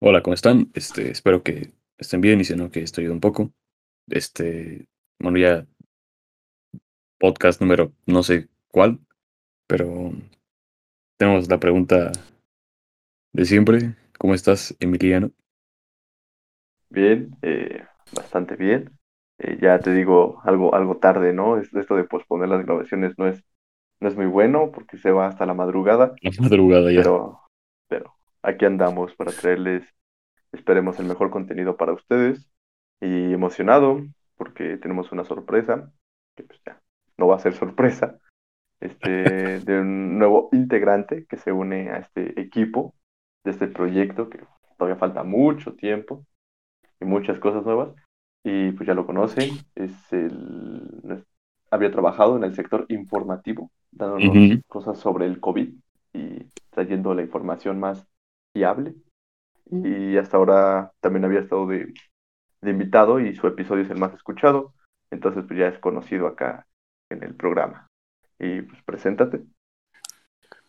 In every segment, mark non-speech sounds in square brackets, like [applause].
Hola, ¿cómo están? Este, espero que estén bien y si no, que estoy un poco. Este, bueno, ya podcast número no sé cuál, pero tenemos la pregunta de siempre. ¿Cómo estás, Emiliano? [laughs] Bien, eh, bastante bien. Eh, ya te digo algo, algo tarde, ¿no? Es- Esto de posponer las grabaciones no es, no es muy bueno porque se va hasta la madrugada, La madrugada ya. pero, pero aquí andamos para traerles, esperemos, el mejor contenido para ustedes. Y emocionado porque tenemos una sorpresa, que pues ya no va a ser sorpresa, [laughs] este, de un nuevo integrante que se une a este equipo, de este proyecto que todavía falta mucho tiempo y muchas cosas nuevas. Y pues ya lo conocen, es el... había trabajado en el sector informativo, dándonos Ujú. cosas sobre el COVID y trayendo la información más fiable. Y hasta ahora también había estado de, de invitado y su episodio es el más escuchado, entonces pues ya es conocido acá en el programa. Y pues preséntate.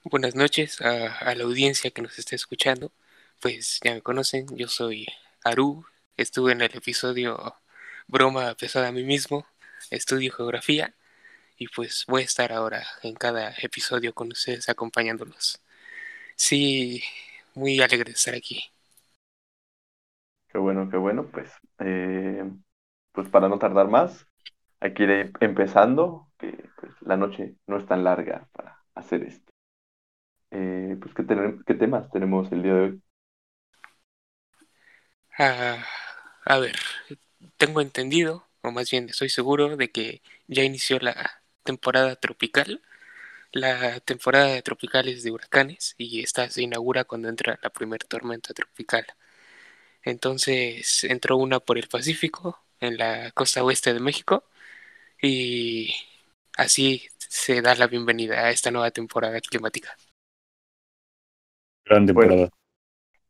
Buenas noches a, a la audiencia que nos está escuchando. Pues ya me conocen, yo soy Aru, estuve en el episodio Broma pesada a mí mismo, estudio geografía y pues voy a estar ahora en cada episodio con ustedes acompañándolos. Sí, muy alegre de estar aquí. Qué bueno, qué bueno, pues, eh, pues para no tardar más, hay que ir empezando, que pues, la noche no es tan larga para hacer esto. Eh, pues, ¿qué, tenem- qué temas tenemos el día de hoy? Ah, a ver, tengo entendido, o más bien estoy seguro, de que ya inició la temporada tropical. La temporada de tropicales de huracanes y esta se inaugura cuando entra la primera tormenta tropical. Entonces entró una por el Pacífico, en la costa oeste de México, y así se da la bienvenida a esta nueva temporada climática. pues, Gran temporada.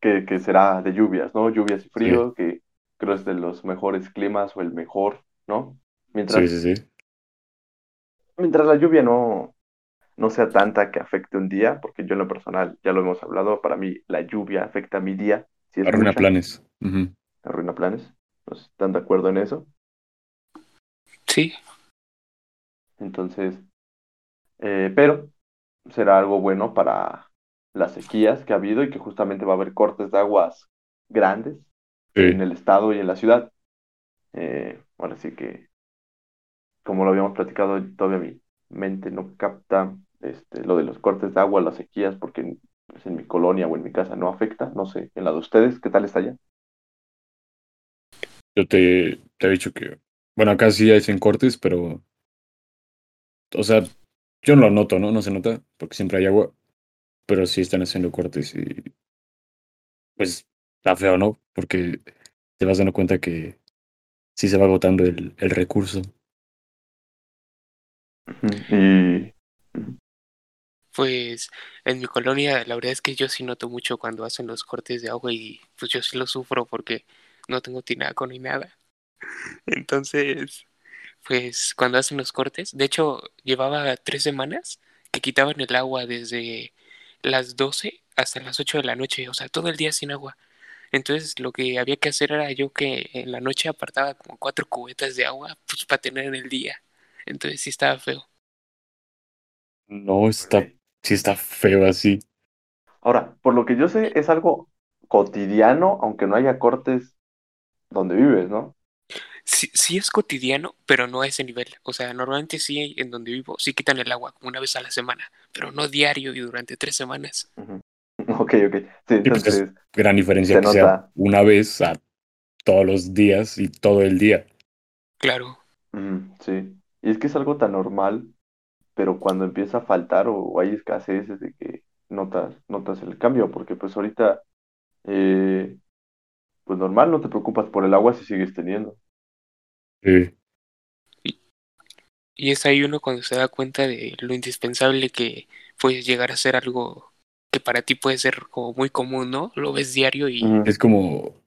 Que, que será de lluvias, ¿no? Lluvias y frío, que creo es de los mejores climas o el mejor, ¿no? sí, Mientras, sí, sí. mientras la lluvia no, no sea tanta que afecte un día, porque yo en lo personal, ya lo hemos hablado, para mí la lluvia afecta mi día. Si es Arruina mucha, planes. Ujú. Arruina planes. ¿No están de acuerdo en eso? Sí, Entonces, eh, pero será algo bueno para las sequías que ha habido y que justamente va a haber cortes de aguas grandes en el estado y en la ciudad. Eh, ahora sí que, como lo habíamos platicado, todavía mi mente no capta este, lo de los cortes de agua, las sequías, porque en, pues, en mi colonia o en mi casa no afecta. No sé, en la de ustedes, ¿qué tal está allá? Yo te, te he dicho que, bueno, acá sí hacen cortes, pero, o sea, yo no lo noto, ¿no? No se nota, porque siempre hay agua, pero sí están haciendo cortes y, pues, está feo, ¿no? Porque te vas dando cuenta que sí se va agotando el, el recurso. Y pues en mi colonia la verdad es que yo sí noto mucho cuando hacen los cortes de agua y pues yo sí lo sufro porque no tengo tinaco ni nada. [laughs] Entonces, pues cuando hacen los cortes, de hecho llevaba tres semanas que quitaban el agua desde las 12 hasta las 8 de la noche, o sea, todo el día sin agua. Entonces lo que había que hacer era yo que en la noche apartaba como cuatro cubetas de agua pues para tener en el día. Entonces sí estaba feo. No, está, sí está feo así. Ahora, por lo que yo sé, es algo cotidiano, aunque no haya cortes donde vives, ¿no? Sí, sí es cotidiano, pero no a ese nivel. O sea, normalmente sí en donde vivo, sí quitan el agua como una vez a la semana, pero no diario y durante tres semanas. [laughs] Ok, ok. Sí, Sí, pues, es- entonces, Gran diferencia Se que nota. sea una vez a todos los días y todo el día. Claro. mm, sí. Y es que es algo tan normal, pero cuando empieza a faltar o, o hay escasez es de que notas, notas el cambio, porque pues ahorita, eh, pues normal, no te preocupas por el agua si sigues teniendo. Sí. Y es ahí uno cuando se da cuenta de lo indispensable que puede llegar a ser algo que para ti puede ser como muy común, ¿no? Lo ves diario y Ujú. Es como,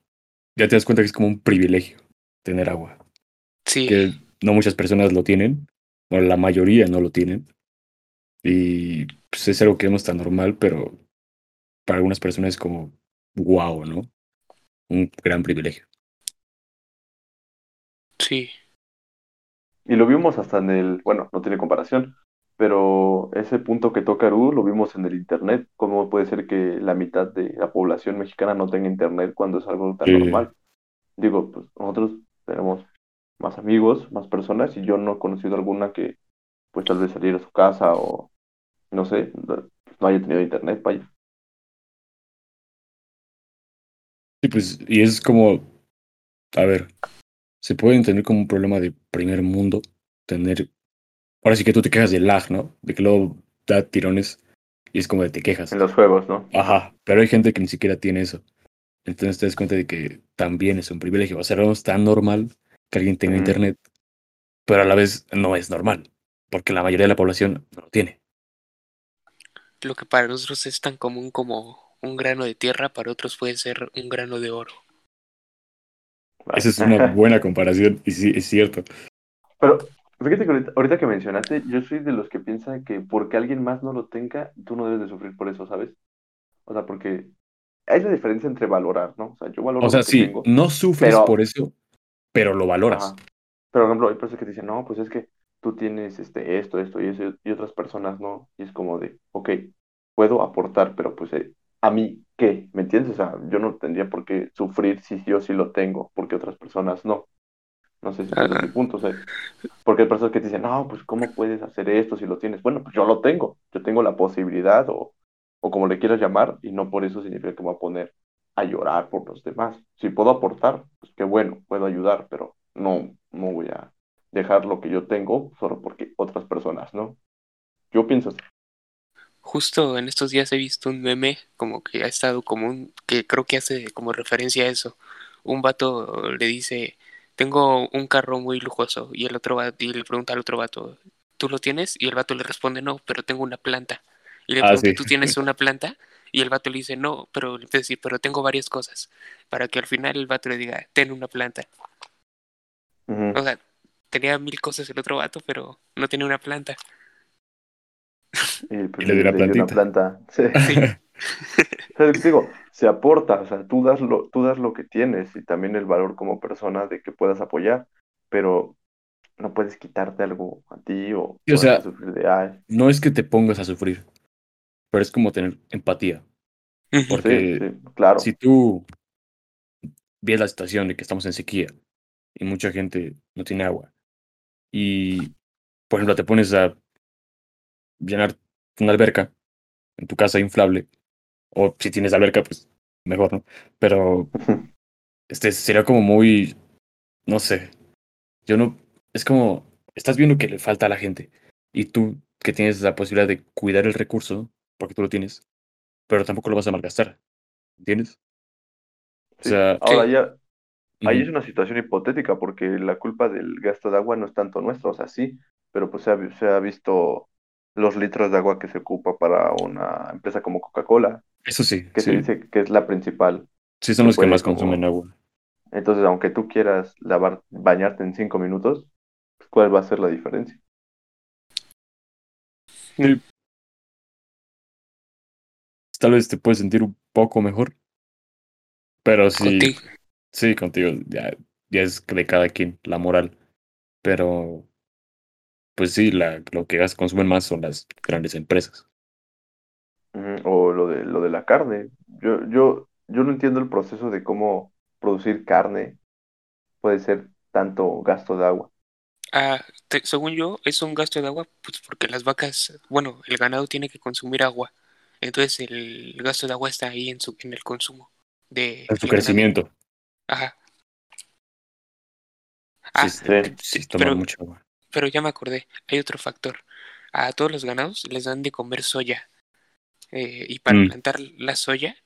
ya te das cuenta que es como un privilegio tener agua, sí, que no muchas personas lo tienen, o la mayoría no lo tienen, y pues es algo que vemos tan normal, pero para algunas personas es como, wow, ¿no? un gran privilegio. Sí, Y lo vimos hasta en el, bueno, no tiene comparación, pero ese punto que toca Aru lo vimos en el Internet. ¿Cómo puede ser que la mitad de la población mexicana no tenga Internet cuando es algo tan Sí. normal? Digo, pues nosotros tenemos más amigos, más personas, y yo no he conocido alguna que, pues tal vez salir a su casa o, no sé, no- pues, no haya tenido Internet, vaya. Sí, pues, y es como, a ver, se puede entender como un problema de primer mundo, tener, ahora sí que tú te quejas del lag, ¿no? De que luego da tirones y es como de te quejas. En los juegos, ¿no? Ajá, pero hay gente que ni siquiera tiene eso. Entonces te das cuenta de que también es un privilegio. O sea, no es tan normal que alguien tenga Ujú. internet, pero a la vez no es normal, porque la mayoría de la población no lo tiene. lo que para nosotros es tan común como un grano de tierra, para otros puede ser un grano de oro. Esa es [laughs] una buena comparación, y sí, es cierto. Pero fíjate que ahorita, ahorita que mencionaste, yo soy de los que piensa que porque alguien más no lo tenga, tú no debes de sufrir por eso, ¿sabes? O sea, porque hay la diferencia entre valorar, ¿no? O sea, yo valoro O sea, lo que sí, tengo. no sufres pero- por eso, pero lo valoras. Ajá. Pero, por ejemplo, hay personas que te dicen, no, pues es que tú tienes este, esto, esto y eso, y otras personas no. Y es como de, ok, puedo aportar, pero pues eh, a mí, ¿qué? ¿Me entiendes? O sea, yo no tendría por qué sufrir si yo sí lo tengo, porque otras personas no. No sé si ese es Ajá. mi punto, o sea, porque hay personas que te dicen, no, pues ¿cómo puedes hacer esto si lo tienes? Bueno, pues yo lo tengo, yo tengo la posibilidad o, o como le quieras llamar, y no por eso significa que me voy a poner a llorar por los demás. Si puedo aportar, pues qué bueno, puedo ayudar, pero no, no voy a dejar lo que yo tengo solo porque otras personas, ¿no? Yo pienso así. Justo en estos días he visto un meme como que ha estado común, que creo que hace como referencia a eso. Un vato le dice, tengo un carro muy lujoso y el otro va- y le pregunta al otro vato, ¿tú lo tienes? Y el vato le responde, no, pero tengo una planta. Y le Ah, pregunta, sí. ¿tú [laughs] tienes una planta? Y el vato le dice, no, pero le empieza a decir, pero tengo varias cosas. Para que al final el vato le diga, ten una planta. O sea, tenía mil cosas el otro vato, pero no tenía una planta. Y, Y pues, le dio una dio plantita. planta. Sí. [laughs] O sea, digo, se aporta, o sea, tú das lo, tú das lo que tienes y también el valor como persona de que puedas apoyar, pero no puedes quitarte algo a ti o, Sí, o sea, ponerte a sufrir de, ay, No es que te pongas a sufrir, pero es como tener empatía. Ujú. Porque sí, sí, claro. [laughs] Si tú ves la situación de que estamos en sequía y mucha gente no tiene agua y, por ejemplo, te pones a llenar una alberca en tu casa inflable, o si tienes alberca, pues mejor, ¿no? Pero este sería como muy, no sé, yo no, es como, estás viendo que le falta a la gente y tú que tienes la posibilidad de cuidar el recurso, porque tú lo tienes, pero tampoco lo vas a malgastar, ¿entiendes? Sí. sea, mm, Ahora sí. ya, ahí Ujú. es una situación hipotética porque la culpa del gasto de agua no es tanto nuestra, o sea, sí, pero pues se ha, vi- se ha visto los litros de agua que se ocupa para una empresa como Coca-Cola, Eso sí, que se sí, dice que es la principal. sí son que los que puede más como- consumen agua. Entonces, aunque tú quieras lavar, bañarte en cinco minutos, pues, ¿cuál va a ser la diferencia? tal vez te puedes sentir un poco mejor. Pero sí, Contigo. sí, contigo, ya, ya es de cada quien, la moral. Pero, pues sí, la, lo que gas consumen más son las grandes empresas. Ujú, O lo de, lo de la carne. Yo, yo, yo no entiendo el proceso de cómo producir carne puede ser tanto gasto de agua. Ah, te- según yo, es un gasto de agua, pues porque las vacas, bueno, el ganado tiene que consumir agua. Entonces el gasto de agua está ahí en su, en el consumo de En su el ganado. crecimiento, Ajá. sí, Ah, sí, Sí. sí, sí toman pero, mucha agua. pero ya me acordé, hay otro factor. A todos los ganados les dan de comer soya. Eh, y para Mm. plantar la soya,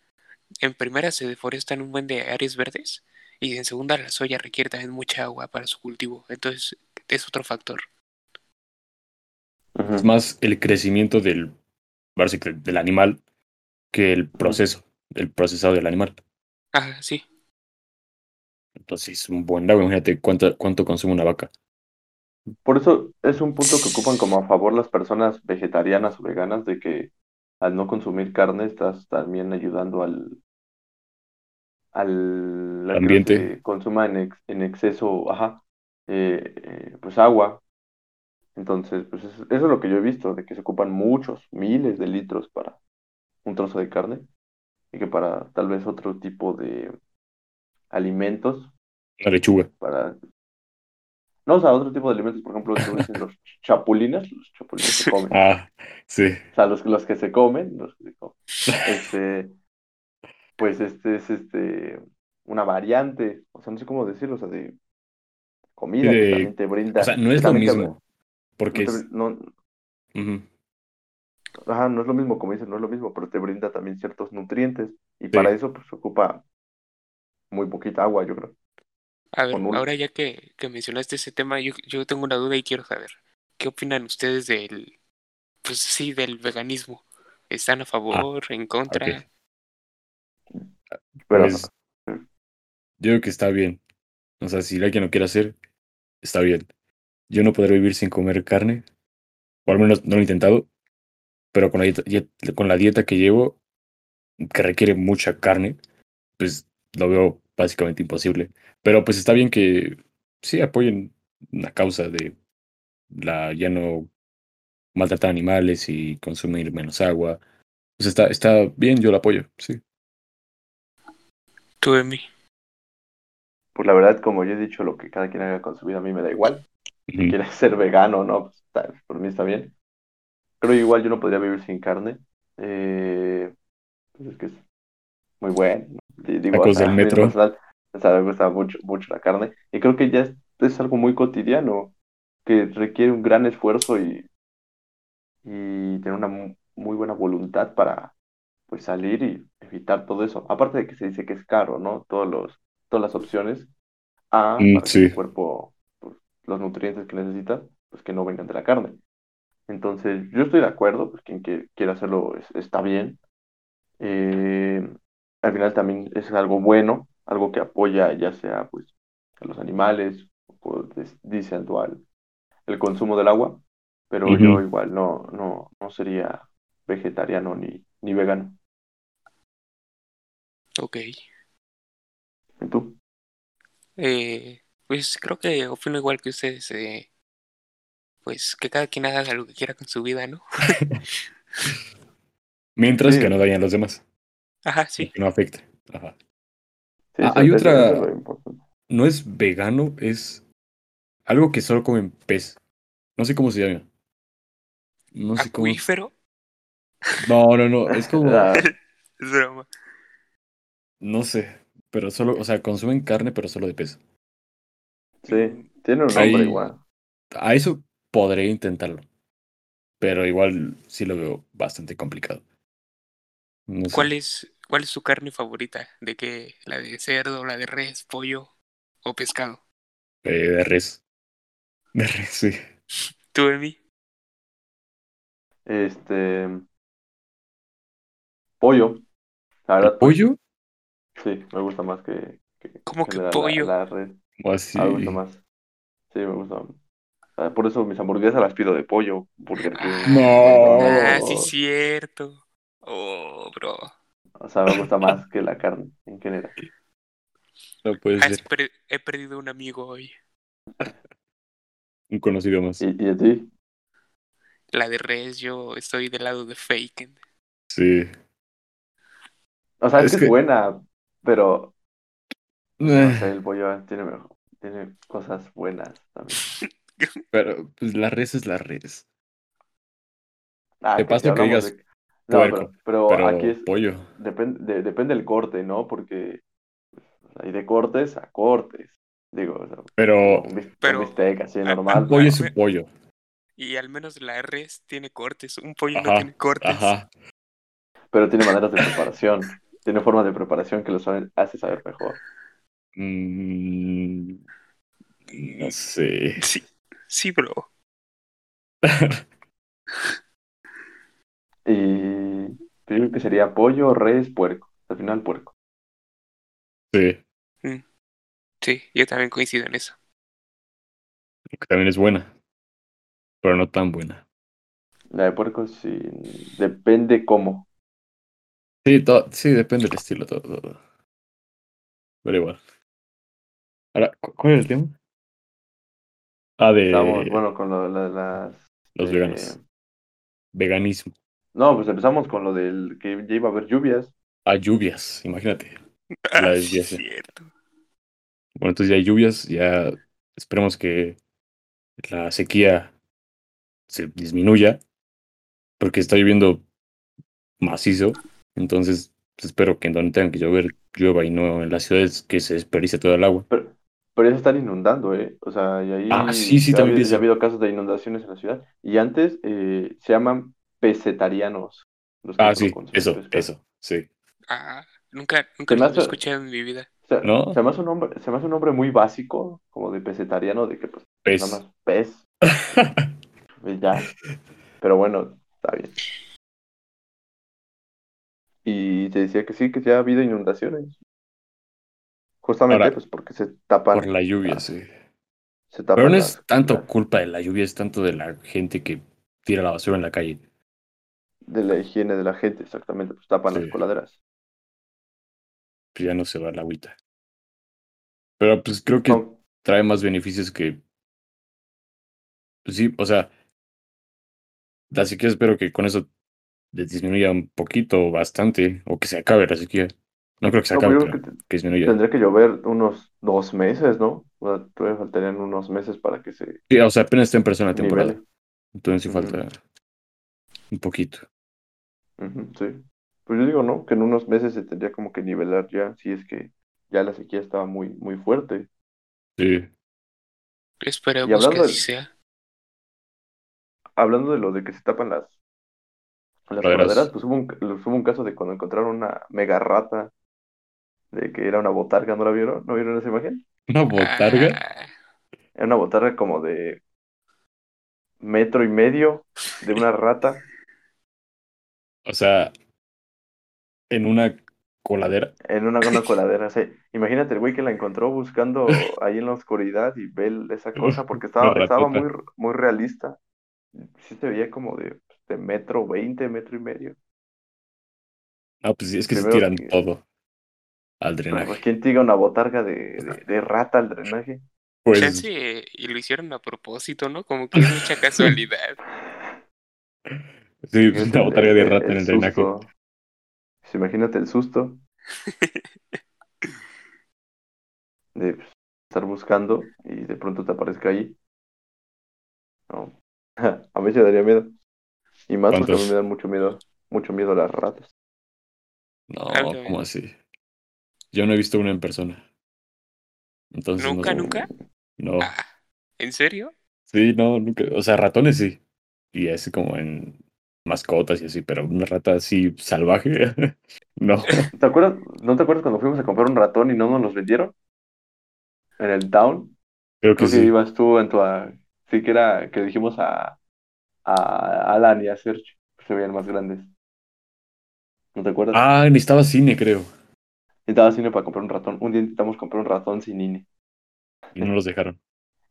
en primera se deforestan un buen de áreas verdes y en segunda la soya requiere también mucha agua para su cultivo. Entonces es otro factor. Ujú. mm. Es más el crecimiento del, ahora sí que del animal que el proceso, el procesado del animal. Ajá, sí. Entonces, un buen agua, imagínate cuánto, cuánto consume una vaca. Por eso es un punto que ocupan como a favor las personas vegetarianas o veganas de que al no consumir carne estás también ayudando al, al al, a que no Ambiente. se consuma en, ex- en exceso, ajá, eh, eh, pues agua. Entonces, pues eso, eso es lo que yo he visto, de que se ocupan muchos, miles de litros para un trozo de carne y que para tal vez otro tipo de alimentos, La lechuga. para... No, o sea, otro tipo de alimentos, por ejemplo, tú dices los chapulines, los chapulines se comen. Ah, sí. O sea, los, los que se comen, los que se comen. Este, pues este es este una variante, o sea, no sé cómo decirlo, o sea, de comida Sí, que de- también te brinda. O sea, no es que lo también te- mismo. Porque no te- es. no- Ujú. ajá, no es lo mismo, como dicen, no es lo mismo, pero te brinda también ciertos nutrientes y Sí. para eso pues ocupa muy poquita agua, yo creo. A ver, O nula. ahora ya que, que mencionaste ese tema, yo, yo tengo una duda y quiero saber, ¿qué opinan ustedes del, pues sí, del veganismo? ¿Están a favor, en contra? ok. Pero Pues, yo creo que está bien. O sea, si alguien lo quiere hacer, está bien. Yo no podré vivir sin comer carne, o al menos no lo he intentado, pero con la dieta, diet- con la dieta que llevo, que requiere mucha carne, pues lo veo básicamente imposible. Pero pues está bien que sí apoyen la causa de la ya no maltratar animales y consumir menos agua. Pues está, está bien, yo lo apoyo, sí. Tú, Emi. pues la verdad, como yo he dicho, lo que cada quien haga con su vida a mí me da igual. Ujú. quieres [laughs] ser vegano, ¿no? Pues, está- por mí está bien. Pero igual yo no podría vivir sin carne. Eh, pues es que es muy bueno. D- Digo, Tacos del a mí en metro. personal, o sea, me gusta mucho, mucho la carne. Y creo que ya es, es algo muy cotidiano, que requiere un gran esfuerzo y, y tener una mu- muy buena voluntad para pues salir y evitar todo eso. Aparte de que se dice que es caro, ¿no? Todos los, todas las opciones. A, Mm, para sí. que tu cuerpo pues, los nutrientes que necesita, pues que no vengan de la carne. Entonces, yo estoy de acuerdo, pues quien que- quiera hacerlo es- está bien. Eh, al final también es algo bueno, algo que apoya ya sea pues a los animales, o des- dice al dual, el consumo del agua, pero Ujú. yo igual no, no, no sería vegetariano ni, ni vegano. Ok. ¿Y tú? Eh, pues creo que opino igual que ustedes, eh, pues que cada quien haga lo que quiera con su vida, ¿no? [laughs] Mientras Sí. que no dañen a los demás, Ajá, sí. que no afecte. Ajá. Sí, Ah, sí, hay eso- otra- eso es lo importante. No es vegano, es algo que solo comen pez. No sé cómo se llama. No sé cómo. Acuífero, No, no, no. [laughs] Es como. Ah, es broma. No sé. Pero solo. O sea, consumen carne, pero solo de pez. sí, tiene un nombre Ahí- igual. A eso podré intentarlo. Pero igual sí lo veo bastante complicado. No sé. ¿Cuál es, cuál es tu carne favorita? ¿De qué? ¿La de cerdo, la de res, pollo o pescado? Eh, de res. De res, sí. ¿Tú, Emi? Este. Pollo. La verdad, ¿Pollo? sí, me gusta más que. que ¿Cómo que general la- pollo? La, red. O así. Ah, me gusta más. Sí, me gusta. Ah, Por eso mis hamburguesas las pido de pollo. Ah. pues, Burger King. No. Ah, sí, Oh. cierto. Oh, bro. O sea, me gusta más que la carne en general. No puede Has ser. Ah, per- he perdido un amigo hoy. Un conocido más. ¿Y, y a ti? La de res, yo estoy del lado de Faken. Sí. O sea, es, Es que, que- es buena, pero. no sé, Eh, el pollo tiene mejor. Tiene cosas buenas también. Pero pues la res es la res. Ah, Te que paso si que hablamos digas de- No, puerco, pero, pero Pero Oh, aquí es. pollo. Depende, de- depende del corte, ¿no? Porque pues, hay de cortes a cortes. Digo, o sea, Pero un, bis- un pero- bistec así ah, normal. un pollo es pero- un [laughs] pollo. Y al menos la res tiene cortes. Un pollo no Ajá, tiene cortes. Ajá. Pero tiene maneras de preparación. Tiene formas de preparación que lo saben- hace saber mejor. Mm, no sé. [laughs] Sí, sí, bro. Y yo creo que sería pollo, res, puerco. Al final, puerco. Sí, Sí, yo también coincido en eso. que también es buena. Pero no tan buena. La de puerco sí. Depende cómo. Sí, to- sí, depende del estilo. Todo, todo. Pero igual. Ahora, ¿cu- ¿cuál es el tema? Ah, de Estamos, bueno, con lo- la- las... los eh, veganos. Veganismo. No, pues empezamos con lo del que ya iba a haber lluvias. A lluvias, imagínate. Ah, La sí, es desviación. cierto. Bueno, entonces ya hay lluvias, ya esperemos que la sequía se disminuya, porque está lloviendo macizo, entonces pues, espero que en donde tengan que llover llueva y no en las ciudades que se desperdicie todo el agua. Pero, pero ya se están inundando, ¿eh? O sea, y ahí Ah, sí, sí, ya ha también habido, pienso. ya ha habido casos de inundaciones en la ciudad. Y antes eh, se llaman pesetarianos. los que Ah, solo sí, consumen eso, pescado. eso, sí. Ah, nunca, nunca Se me lo he hace- escuchado en mi vida. O sea, ¿No? se, me hace un nombre, se me hace un nombre muy básico, como de pesetariano, de que pues Pez. nada más pez y pues ya. Pero bueno, está bien. Y te decía que sí, que ya ha habido inundaciones. Justamente, Ahora- pues porque se [laughs] tapan, Por la lluvia, Ah, sí. se tapan Pero no las- es tanto las- culpa de la lluvia, es tanto de la gente que tira la basura en la calle. de la higiene de la gente, exactamente, pues tapan Sí. las coladeras. Pues ya no se va la agüita. Pero pues creo que Aun- trae más beneficios que. pues Sí, o sea. Así que espero que con eso de- disminuya un poquito o bastante. O que se acabe la sequía. No creo que se no, acabe, pero yo pero creo que, que te- disminuya. tendría que llover unos dos meses, ¿no? O sea, todavía faltarían unos meses para que se Sí, o sea, apenas está empezando la temporada. nivele. Entonces sí Ujú. falta un poquito. Ujú, sí. Pues yo digo, ¿no? Que en unos meses se tendría como que nivelar ya, si es que ya la sequía estaba muy, muy fuerte. Sí. Y Esperemos que hablando así de- sea. Hablando de lo de que se tapan las, las Coladeras. coladeras, pues hubo un, hubo un caso de cuando encontraron una mega rata, de que era una botarga, ¿no la vieron? ¿No vieron esa imagen? ¿Una botarga? Ah, Era una botarga como de metro y medio de una rata. O sea. En una coladera. En una, una coladera, sí. Imagínate el güey que la encontró buscando ahí en la oscuridad y ve el- [laughs] esa cosa porque estaba, Una estaba ratota. muy, muy realista. Sí se veía como de, de metro veinte, metro y medio. Ah, pues sí, es que se Primero tiran que- todo al Pero pues drenaje. quién tira una botarga de, de, de rata al drenaje. Pues, chance, y lo hicieron a propósito, ¿no? Como que es mucha [laughs] casualidad. sí, Imagínate [laughs] una el- botarga de rata en el el drenaje. susto. Pues imagínate [laughs] el susto de pues, estar buscando y de pronto te aparezca ahí. No. [laughs] A mí se daría miedo. Y más porque a mí ¿Cuántos? me dan mucho miedo, mucho miedo las ratas. No, Háblame. ¿cómo así? Yo no he visto una en persona. Entonces, Pues no ¿Nunca, sé. nunca? No. Ah, ¿en serio? Sí, no, nunca. O sea, ratones sí. Y así como en mascotas y así, pero una rata así salvaje. [laughs] No. ¿Te acuerdas? ¿No te acuerdas cuando fuimos a comprar un ratón y no nos los vendieron? En el town. Creo que Creo que sí. ibas tú en tu. a- Sí, que era que dijimos a, a Alan y a Sergio. que Se veían más grandes. ¿No te acuerdas? Ah, necesitaba cine, creo. Intentaba cine para comprar un ratón. Un día intentamos comprar un ratón sin INE. Y no los dejaron.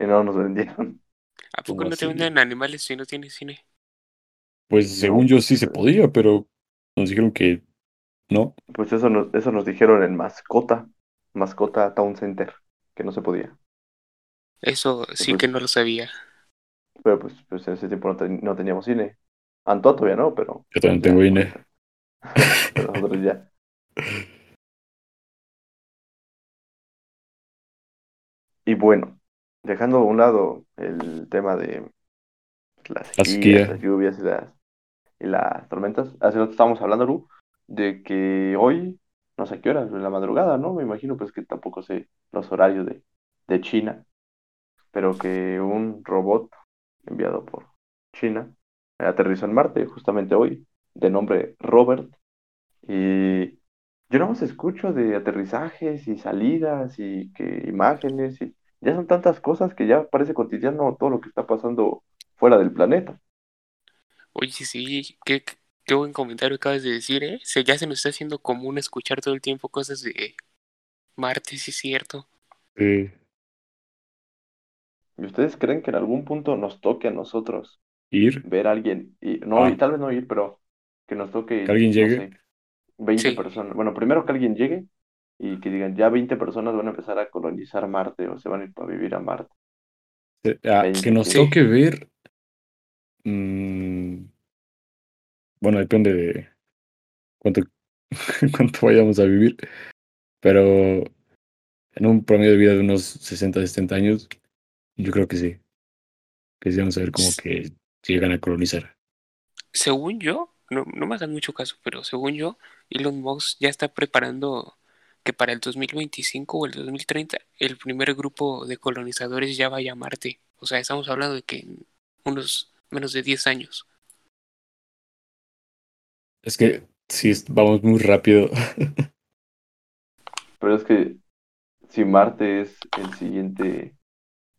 Y no nos vendieron. [laughs] ¿A poco ¿Cómo no así? te venden animales si no tienes cine? Pues No, según yo sí se pues, podía, pero nos dijeron que no. Pues eso nos, eso nos dijeron en Mascota. Mascota Town Center. Que no se podía. Eso sí Pues- que no lo sabía. Pero pues, pues en ese tiempo no, ten- no teníamos cine. Antoa todavía no, pero. Yo también ya, tengo E. INE. [laughs] pero nosotros ya. Y bueno, dejando a un lado el tema de las La sequías, sequía. las lluvias y las, y las tormentas, hace rato estábamos hablando, Lu, de que hoy, no sé a qué hora, en la madrugada, ¿no? Me imagino pues que tampoco sé los horarios de, de China, pero que un robot enviado por China aterrizó en Marte justamente hoy, de nombre Robert, y yo nada más escucho de aterrizajes y salidas y que imágenes y ya son tantas cosas que ya parece cotidiano todo lo que está pasando fuera del planeta. Oye, sí, qué, qué buen comentario acabas de decir, ¿eh? Se, ya se nos está haciendo común escuchar todo el tiempo cosas de Marte, sí es cierto. Sí. ¿Y ustedes creen que en algún punto nos toque a nosotros Ir. ver a alguien y no, Ah. y tal vez no ir, pero que nos toque Que alguien no llegue. sé, 20 Sí. personas? Bueno, primero que alguien llegue y que digan, ya 20 personas van a empezar a colonizar Marte o se van a ir para vivir a Marte. Ah, Ahí. que nos Sí. toque ver. mm, bueno, depende de cuánto, [laughs] cuánto vayamos a vivir. Pero en un promedio de vida de unos 60, 70 años, yo creo que sí. Que sí vamos a ver como S- que llegan a colonizar. Según yo, no, no me hagan mucho caso, pero según yo, Elon Musk ya está preparando que para el 2025 o el 2030 el primer grupo de colonizadores ya vaya a Marte. O sea, estamos hablando de que en unos menos de 10 años. Es que sí, es- vamos muy rápido. Pero es que si Marte es el siguiente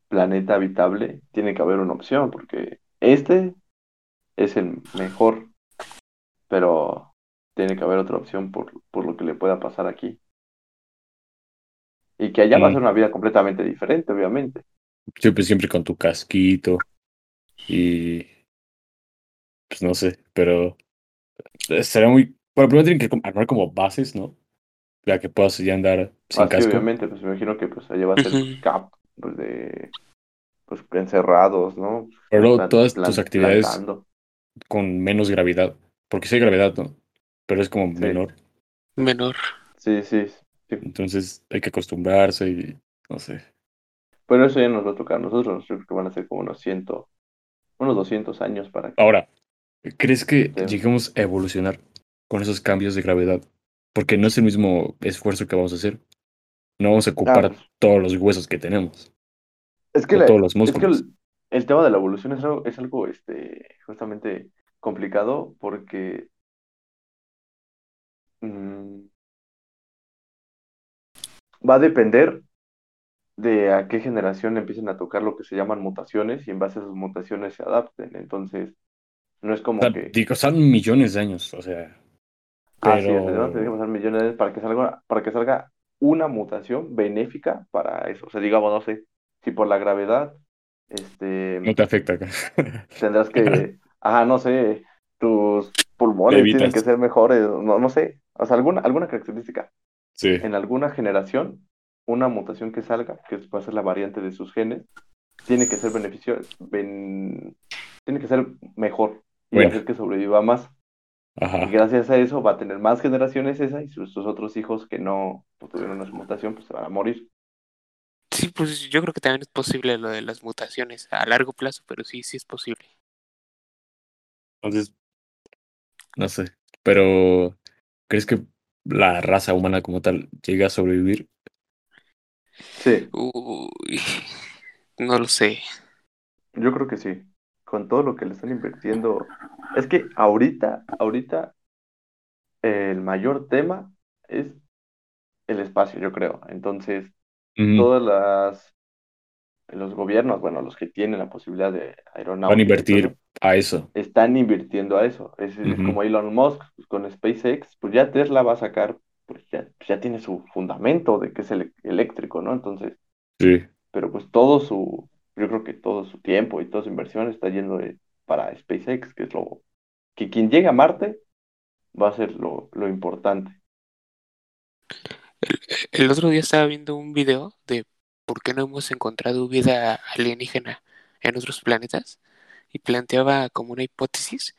planeta habitable, tiene que haber una opción, porque este es el mejor, pero tiene que haber otra opción por, por lo que le pueda pasar aquí. Y que allá va a Mm. ser una vida completamente diferente, obviamente. Siempre, siempre con tu casquito y pues no sé, pero será muy... Bueno, primero tienen que com- armar como bases, ¿no? Para que puedas ya andar sin Así, casco. obviamente, pues me imagino que pues allá va a ser Ujú. cap, pues de, pues encerrados, ¿no? Pero luego Plan- todas plan- tus actividades plantando. con menos gravedad, porque sí hay gravedad, ¿no? Pero es como Sí. menor, Menor. Sí, sí, sí. entonces hay que acostumbrarse y no sé. Bueno, eso ya nos va a tocar a nosotros. Yo creo que van a ser como unos 100, unos 200 años para que. Ahora, ¿crees que Sí. lleguemos a evolucionar con esos cambios de gravedad? Porque no es el mismo esfuerzo que vamos a hacer. No vamos a ocupar Ah, pues, todos los huesos que tenemos. es que, o la- todos los es que músculos. el, el tema de la evolución es algo, es algo este, justamente complicado porque mm, va a depender de a qué generación empiecen a tocar lo que se llaman mutaciones y en base a esas mutaciones se adapten. Entonces, no es como O sea, que. digo, son millones de años, o sea, Ah, sí, o sea, pero- ¿no? Tiene que pasar millones de años para que salga, para que salga una mutación benéfica para eso. O sea, digamos, no sé, si por la gravedad, no este, te afecta. [laughs] tendrás que, ajá, no sé, tus pulmones tienen Levitas. que ser mejores, no, no sé. O sea, alguna, alguna característica. [laughs] Sí, En alguna generación, una mutación que salga, que va a ser la variante de sus genes, tiene que ser beneficio, ben- tiene que ser mejor y Bueno. hacer que sobreviva más. Y ajá. gracias a eso va a tener más generaciones esa y sus, sus otros hijos que no tuvieron una mutación pues se van a morir. Sí, pues yo creo que también es posible lo de las mutaciones a largo plazo, pero sí, sí es posible. Entonces, no sé, pero ¿crees que la raza humana como tal llega a sobrevivir? Sí, Uy, [laughs] no lo sé. yo creo que sí. Con todo lo que le están invirtiendo. Es que ahorita, ahorita el mayor tema es el espacio, yo creo. Entonces, Ujú. todas las los gobiernos, bueno, los que tienen la posibilidad de aeronáutica, Van a y invertir todo, a eso. están invirtiendo a eso. Es, es Ujú. como Elon Musk pues, con SpaceX, pues ya Tesla va a sacar, pues ya, ya tiene su fundamento de que es ele- eléctrico, ¿no? Entonces, Sí. pero pues todo su, yo creo que todo su tiempo y toda su inversión está yendo de- para SpaceX, que es lo, que quien llegue a Marte va a ser lo, lo importante. El otro día estaba viendo un video de por qué no hemos encontrado vida alienígena en otros planetas y planteaba como una hipótesis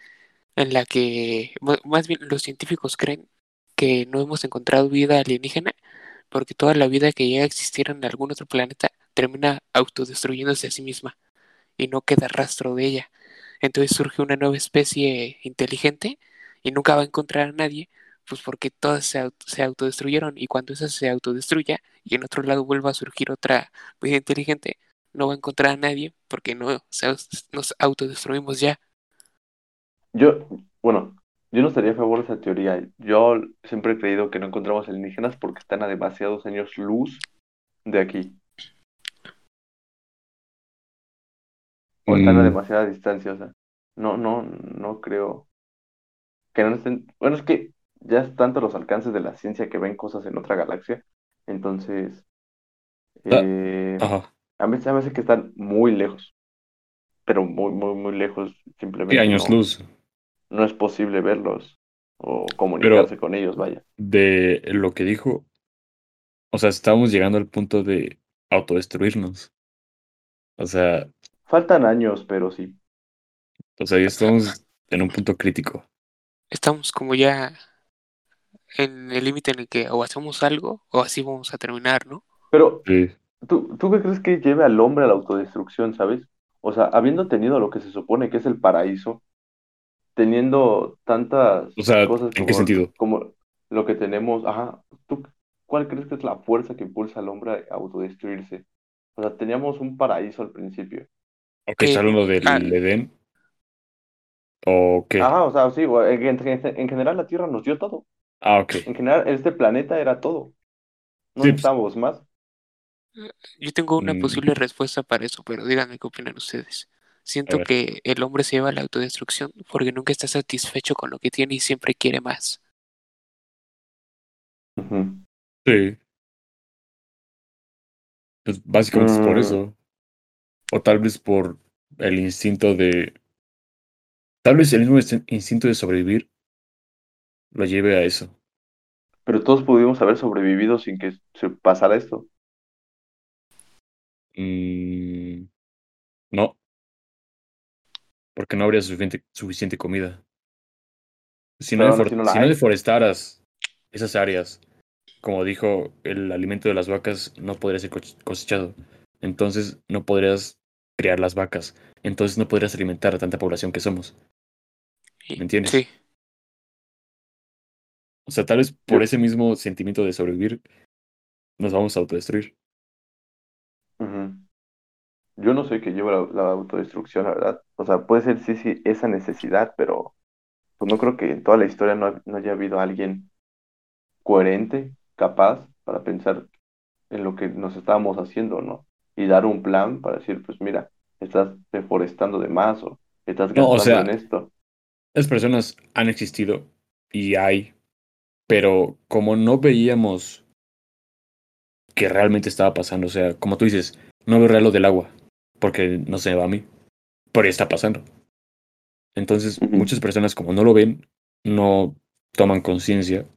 en la que, bu- más bien los científicos creen que no hemos encontrado vida alienígena porque toda la vida que llega a existir en algún otro planeta termina autodestruyéndose a sí misma y no queda rastro de ella. Entonces surge una nueva especie inteligente y nunca va a encontrar a nadie, pues porque todas se, aut- se autodestruyeron y cuando esa se autodestruya y en otro lado vuelva a surgir otra vida inteligente, no va a encontrar a nadie porque no se aus- nos autodestruimos ya. Yo, bueno, yo no estaría a favor de esa teoría. Yo siempre he creído que no encontramos alienígenas porque están a demasiados años luz de aquí. O están a Mm. demasiada distancia, o sea, no, no, no creo que no estén. Bueno, es que ya es tanto los alcances de la ciencia que ven cosas en otra galaxia. Entonces, Ah, eh, Ajá. a mí se me hace que están muy lejos, pero muy, muy, muy lejos. Sí, Simplemente años no, luz no es posible verlos o comunicarse con ellos, vaya. de lo que dijo. O sea, estamos llegando al punto de autodestruirnos. O sea, Faltan años, pero sí. o sea, ya estamos en un punto crítico. Estamos como ya en el límite en el que o hacemos algo o así vamos a terminar, ¿no? Pero, Sí. ¿tú, ¿tú qué crees que lleve al hombre a la autodestrucción, sabes? O sea, habiendo tenido lo que se supone que es el paraíso, teniendo tantas O sea, cosas ¿en qué sentido? como lo que tenemos, ajá, ¿tú cuál crees que es la fuerza que impulsa al hombre a autodestruirse? O sea, teníamos un paraíso al principio. Ok, ¿Está hablando del ah. Edén? ¿O qué? Ajá, o sea, sí, o- en, en- en general la Tierra nos dio todo. Ah, ok. En general, este planeta era todo. No Sí, pues. necesitábamos más. Yo tengo una Mm. posible respuesta para eso, pero díganme qué opinan ustedes. Siento ver. que el hombre se lleva a la autodestrucción porque nunca está satisfecho con lo que tiene y siempre quiere más. Ujú. Sí. Pues básicamente es por Mm. eso. O tal vez por el instinto de. Tal vez el mismo inst- instinto de sobrevivir lo lleve a eso. Pero todos pudimos haber sobrevivido sin que se pasara esto. Mm, no. Porque no habría suficiente, suficiente comida. Si no, Pero aún defor- así no la si no hay. deforestaras esas áreas, como dijo, el alimento de las vacas no podría ser coche- cosechado. Entonces no podrías criar las vacas. Entonces no podrías alimentar a tanta población que somos. Y- ¿Me entiendes? Sí, O sea, tal vez por Yo- ese mismo sentimiento de sobrevivir, nos vamos a autodestruir. Ujú. Yo no sé qué lleva la, la autodestrucción, la verdad. O sea, puede ser, sí, sí, esa necesidad, pero pues no creo que en toda la historia no, ha- no haya habido alguien coherente, capaz, para pensar en lo que nos estábamos haciendo, ¿no? Y dar un plan para decir, pues mira, estás deforestando de más o estás No, gastando o sea, en esto. Las personas han existido y hay, pero como no veíamos que realmente estaba pasando, o sea, como tú dices, no veo real lo del agua, porque no se me va a mí, pero ya está pasando. Entonces, Ujú. muchas personas como no lo ven, no toman conciencia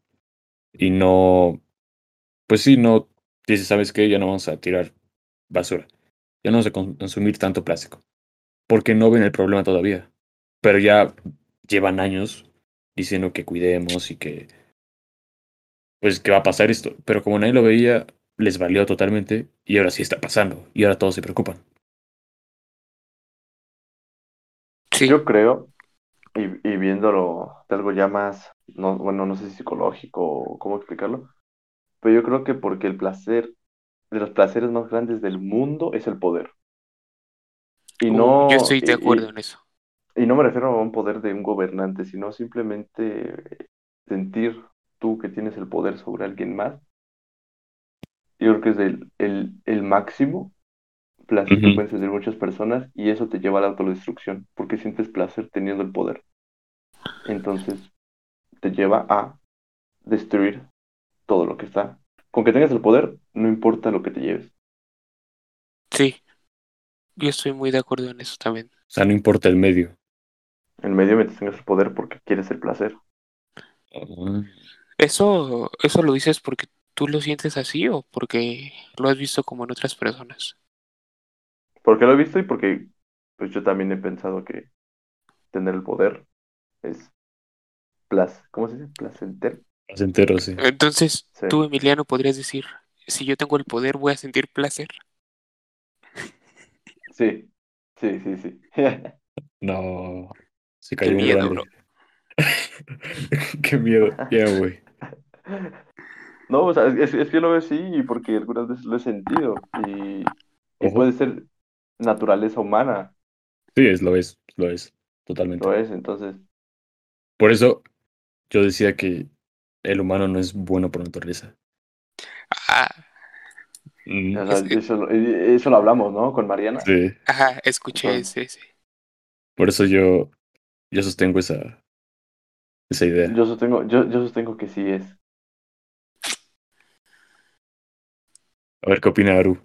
y no, pues sí, no dices, ¿sabes qué? Ya no vamos a tirar basura, ya no vamos a con- consumir tanto plástico, porque no ven el problema todavía, pero ya llevan años diciendo que cuidemos y que, pues, que va a pasar esto, pero como nadie lo veía, les valió totalmente y ahora sí está pasando y ahora todos se preocupan. sí. Yo creo, y, y viéndolo de algo ya más, no, bueno, no sé si psicológico o cómo explicarlo, pero yo creo que porque el placer, de los placeres más grandes del mundo es el poder. Y Uh, no, yo estoy de eh, y- y- acuerdo en eso. y no me refiero a un poder de un gobernante, sino simplemente sentir tú que tienes el poder sobre alguien más. Yo creo que es el, el, el máximo placer que Ujú. pueden sentir muchas personas y eso te lleva a la autodestrucción, porque sientes placer teniendo el poder. Entonces te lleva a destruir todo lo que está. Con que tengas el poder, no importa lo que te lleves. Sí, yo estoy muy de acuerdo en eso también. O sea, no importa el medio. En medio mientras tengas el poder porque quieres el placer. ¿Eso, eso lo dices porque tú lo sientes así o porque lo has visto como en otras personas? Porque lo he visto y porque pues yo también he pensado que tener el poder es placer. ¿Cómo se dice? Placenter. Más entero, sí. Entonces, Sí. tú, Emiliano, podrías decir, si yo tengo el poder, voy a sentir placer. Sí, sí, sí, sí. [laughs] No. Se Qué cayó un miedo, grande. bro. [laughs] Qué miedo. Ya, güey. No, o sea, es, es que lo veo así y porque algunas veces lo he sentido y, y Ojo. puede ser naturaleza humana, Sí, es, lo es, lo es. Totalmente. lo es, entonces, Por eso yo decía que el humano no es bueno por naturaleza. Ah, Mm, o sea, eso, lo- eso lo hablamos, ¿no? Con Mariana. Sí. ajá, escuché ese, ese. Por eso yo, yo sostengo esa, esa idea. Yo sostengo, yo, yo sostengo que sí es. A ver qué opina Aru.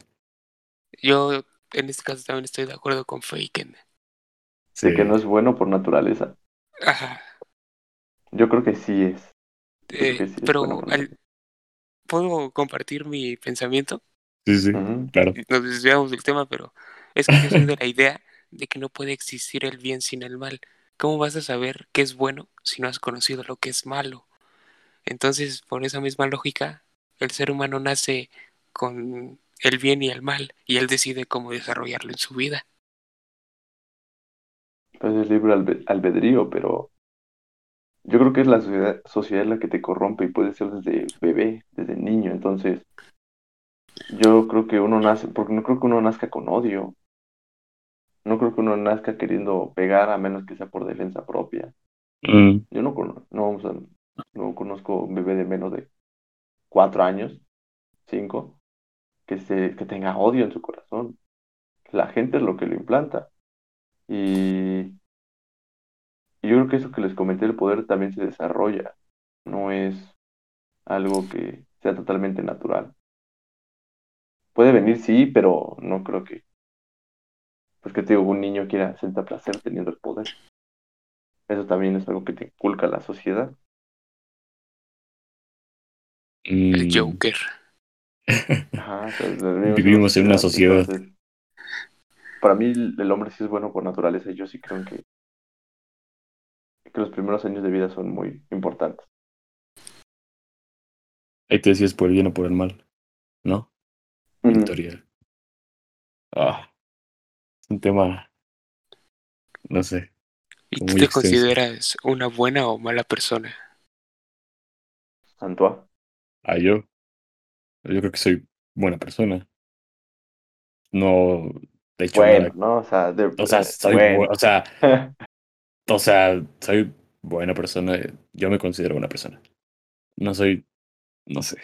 Yo, en este caso, también estoy de acuerdo con Faken. De que no es bueno por naturaleza. Ajá. Yo creo que sí es. eh, que sí es bueno pero por al- naturaleza. ¿Puedo compartir mi pensamiento? Sí, sí, Ujú. claro. Nos desviamos del tema, pero es que yo soy [laughs] de la idea de que no puede existir el bien sin el mal. ¿Cómo vas a saber qué es bueno si no has conocido lo que es malo? Entonces, por esa misma lógica, el ser humano nace con el bien y el mal, y él decide cómo desarrollarlo en su vida. Pues es libre albe- albedrío, pero yo creo que es la sociedad, sociedad la que te corrompe y puede ser desde bebé, desde niño. Entonces, yo creo que uno nace, porque no creo que uno nazca con odio. No creo que uno nazca queriendo pegar a menos que sea por defensa propia. Mm, Yo no, cono- no, o sea, no conozco un bebé de menos de cuatro años, cinco, que, se, que tenga odio en su corazón. La gente es lo que lo implanta. Y, y yo creo que eso que les comenté, el poder también se desarrolla. No es algo que sea totalmente natural. Puede venir, sí, pero no creo que... Pues que te digo, un niño quiera sentir placer teniendo el poder. Eso también es algo que te inculca la sociedad. El mm, Joker. Ajá, o sea, Vivimos en una sociedad. entonces, para mí el el hombre sí es bueno por naturaleza. y Yo sí creo que, que los primeros años de vida son muy importantes. [laughs] Ahí te decías por el bien o por el mal, ¿no? Ujú. Victoria. Ah, es un tema, no sé, ¿Y tú muy te extenso. consideras una buena o mala persona? Santua. Ah, yo. Yo creo que soy buena persona. No he hecho nada. Bueno, ¿no? O sea, de- eh, O sea, soy bu- bueno. o sea, o sea, soy buena persona. Yo me considero buena persona. No soy, no sé.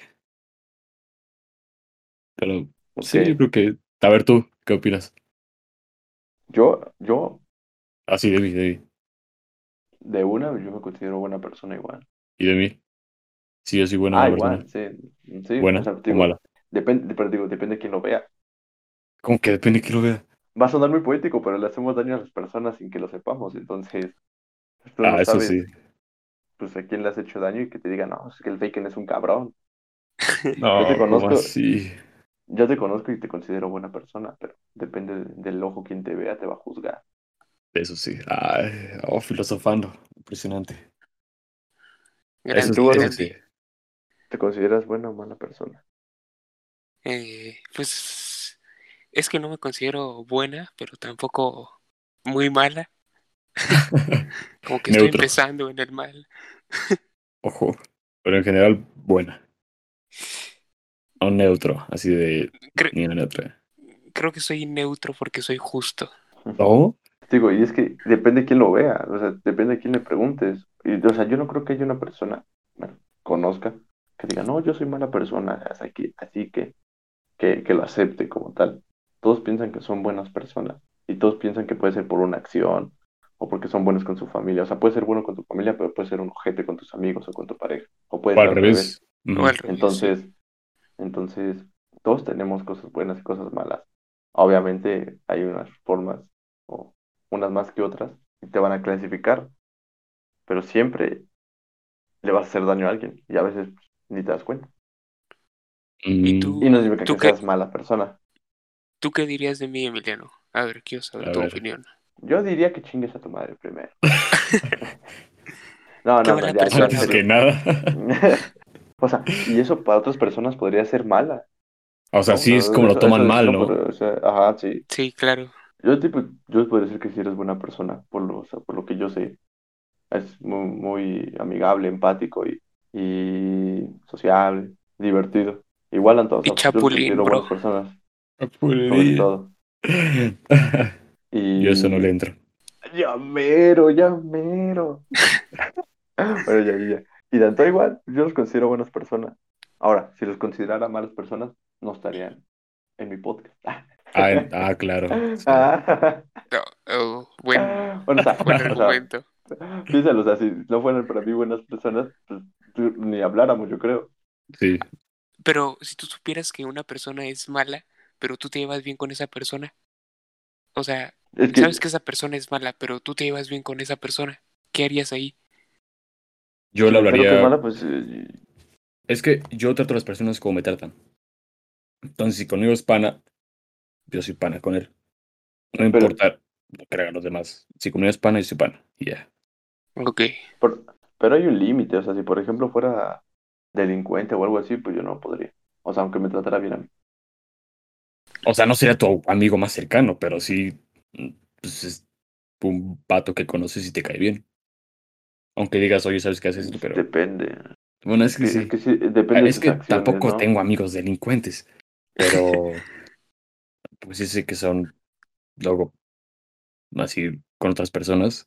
Pero sí, yo Ok. creo que. A ver tú, ¿qué opinas? Yo, yo, Ah, sí, de mí, de mí. de una, yo me considero buena persona igual. Y de mí. Sí, yo soy buena Ah, persona. igual, sí. Sí, o Buena sea, o digo, mala. depende, pero digo, depende de quién lo vea. Como que depende de quién lo vea. Va a sonar muy poético, pero le hacemos daño a las personas sin que lo sepamos. Entonces, tú no Ah, eso sabes, sí. pues, a quién le has hecho daño y que te digan, no, es que el Bacon es un cabrón. Yo te [laughs] No, ¿cómo conozco, así? yo te conozco y te considero buena persona, pero depende de- del ojo quien te vea, te va a juzgar. Eso sí. Ay, oh, filosofando. Impresionante. Eso, Grande, tú, Aaron? eso grande. sí. ¿Te consideras buena o mala persona? Eh, pues es que no me considero buena, pero tampoco [laughs] muy mala. Como que estoy Neutro. empezando en el mal. Ojo. Pero en general, buena. O neutro, así de Cre- ni una neutra. creo que soy neutro porque soy justo. ¿No? Digo, y es que depende de quién lo vea, o sea, depende de quién le preguntes. Y, o sea, yo no creo que haya una persona, bueno, conozca, que diga, no, yo soy mala persona, así que, así que, que, que lo acepte como tal. Todos piensan que son buenas personas y todos piensan que puede ser por una acción o porque son buenos con su familia. O sea, puede ser bueno con tu familia, pero puede ser un ojete con tus amigos o con tu pareja, o puede O ser al al revés. revés. Ujú. O al revés, Pues sí. Entonces, entonces, todos tenemos cosas buenas y cosas malas. Obviamente hay unas formas, o unas más que otras, y te van a clasificar, pero siempre le vas a hacer daño a alguien y a veces pues, ni te das cuenta. ¿Y Mm, Y tú, no significa tú que qué, seas mala persona. tú qué dirías de mí, Emiliano? A ver, quiero saber A tu ver. opinión. Yo diría que chingues a tu madre [laughs] primero. No, no, Qué no, ya, mala ya, en persona, Antes que [laughs] serio. bro. nada. [laughs] O sea, y eso para otras personas podría ser mala, O sea, ¿no? O sí sea, es como lo eso, eso toman es mal, no, ¿no? pero, o sea, ajá, sí. Sí, claro. Yo, tipo, yo podría decir que sí eres buena persona, por lo, o sea, por lo que yo sé. Es muy, muy amigable, empático y, y sociable, divertido. Igual, entonces, Y o sea, yo los Chapulín, considero bro. buenas personas, sobre Apurería. todo. [laughs] Yo eso no le Y. entro. Llamero, [laughs] llamero. Bueno, ya, ya. ya. Y tanto igual, yo los considero buenas personas. Ahora, si los considerara malas personas, no estarían en mi podcast. [laughs] Ah, en- ah, claro. Sí. Ah, No, oh, buen, bueno, o sea, buen Ah. [laughs] o sea, argumento. piénsalo, o sea, si no fueran para mí buenas personas, pues tú- ni habláramos, yo creo. Sí. Pero si tú supieras que una persona es mala, pero tú te llevas bien con esa persona, o sea, Es sabes que, que esa persona es mala, pero tú te llevas bien con esa persona, ¿qué harías ahí? Yo si le supero que es hablaría. mala, pues eh, Es que yo trato a las personas como me tratan. Entonces, si conmigo es pana, yo soy pana con él. No me Pero- importa lo que hagan los demás. Si conmigo es pana, yo soy pana. Y ya. Ok. Por- pero hay un límite, o sea, si por ejemplo fuera delincuente o algo así, pues yo no podría. O sea, aunque me tratara bien a mí. O sea, no sería tu amigo más cercano, pero sí mm, pues, es un vato que conoces y te cae bien. Aunque digas, oye, ¿sabes qué haces esto? Pero Pues, Depende. bueno, es que Es que, sí. es que sí, depende Ah, de Es sus que acciones, tampoco ¿no? tengo amigos delincuentes, pero pues sí sé que son luego así con otras personas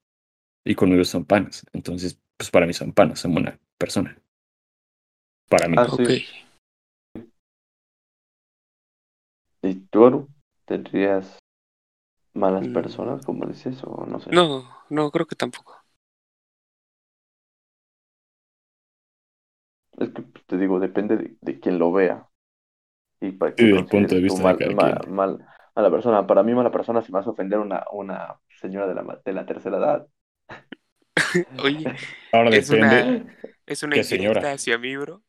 y conmigo son panas. Entonces, pues para mí son panas, son buena persona. Para mí. Ah, no. sí. Ok. ¿Y tú, Aru? ¿Tendrías malas Mm. personas, como dices, o no sé? No, no, creo que tampoco. Es que pues, te digo, depende de, de quién lo vea. Y para Sí, qué del punto de consideres tú vista de mal, cada mal- quien. mal- mala persona. Para mí, mala persona, si vas a ofender a una, una señora de la, ma- de la tercera edad. Oye, Ahora Es depende. [laughs] una- es una Qué indirecta señora. hacia mí, bro.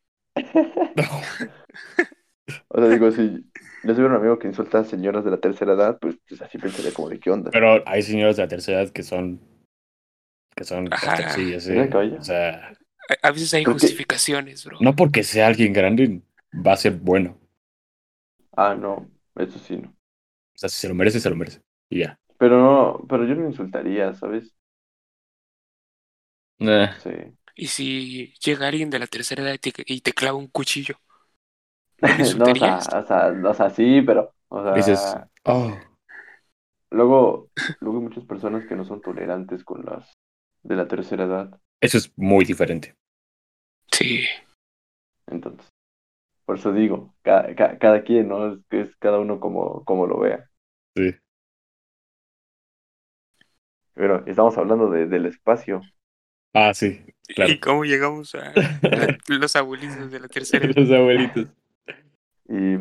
O sea, digo, si yo tuviera un amigo que insulta a señoras de la tercera edad, pues, pues, así pensaría como de qué onda. Pero hay señoras de la tercera edad que son. que son. Ajá. castrosillas, Mira eh. que vaya. O sea, A, a veces hay Pero es que- justificaciones, bro. no porque sea alguien grande va a ser bueno. Ah, no, eso sí, no. O sea, si se lo merece, se lo merece. Y ya. Pero no, pero yo no insultaría, ¿sabes? Nah. Sí. Y si llega alguien de la tercera edad y te, y te clava un cuchillo. No, o sea, insultarías? o sea, o sea, sí, pero, o sea, Dices, oh, luego, luego hay muchas personas que no son tolerantes con las de la tercera edad, eso es muy diferente. Sí. entonces, por eso digo, ca- ca- cada, quien, ¿no? Es, es cada uno como, como lo vea. Sí. Pero estamos hablando de- del espacio. Ah, sí. [laughs] Claro. ¿Y cómo llegamos a la- los abuelitos de la [laughs] tercera edad? Los abuelitos. Y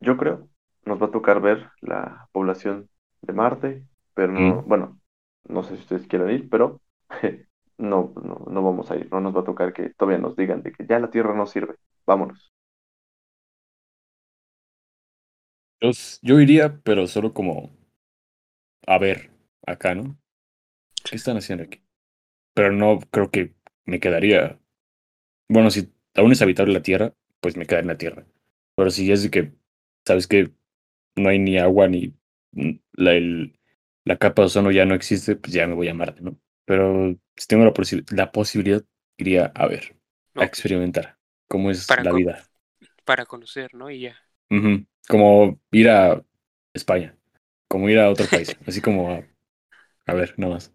yo creo, nos va a tocar ver la población de Marte, pero no, bueno, no sé si ustedes quieran ir, pero [laughs] no, no, no vamos a ir, no nos va a tocar que todavía nos digan de que ya la Tierra no sirve, vámonos. Yo, s- yo iría, pero solo como a ver acá, ¿no? ¿Qué están haciendo aquí? Pero no creo que me quedaría. Bueno, si aún es habitable la Tierra, pues me quedaría en la Tierra. Pero si es de que, sabes que no hay ni agua ni mm, la, el- la capa de ozono ya no existe, pues ya me voy a Marte, ¿no? Pero si tengo la, posi- la posibilidad, iría a ver, a Ok, experimentar cómo es Para la co- vida. Para conocer, ¿no? Y ya. Ujú, Como ir a España, como ir a otro país, así como a, a ver, nada más.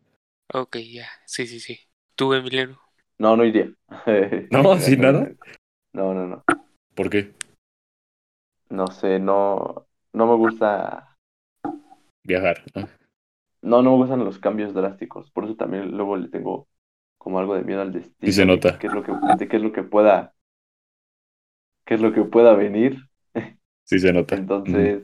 Ok, ya. Sí, sí, sí. Tú, Emiliano. No, no iría. [laughs] No, sin nada. [laughs] No, no, no. ¿Por qué? No sé, no, no me gusta, Viajar. ¿no? no, no me gustan los cambios drásticos, por eso también luego le tengo como algo de miedo al destino. Sí se nota. de ¿Qué es lo que, de qué es lo que pueda, qué es lo que pueda venir? Sí se nota. Entonces,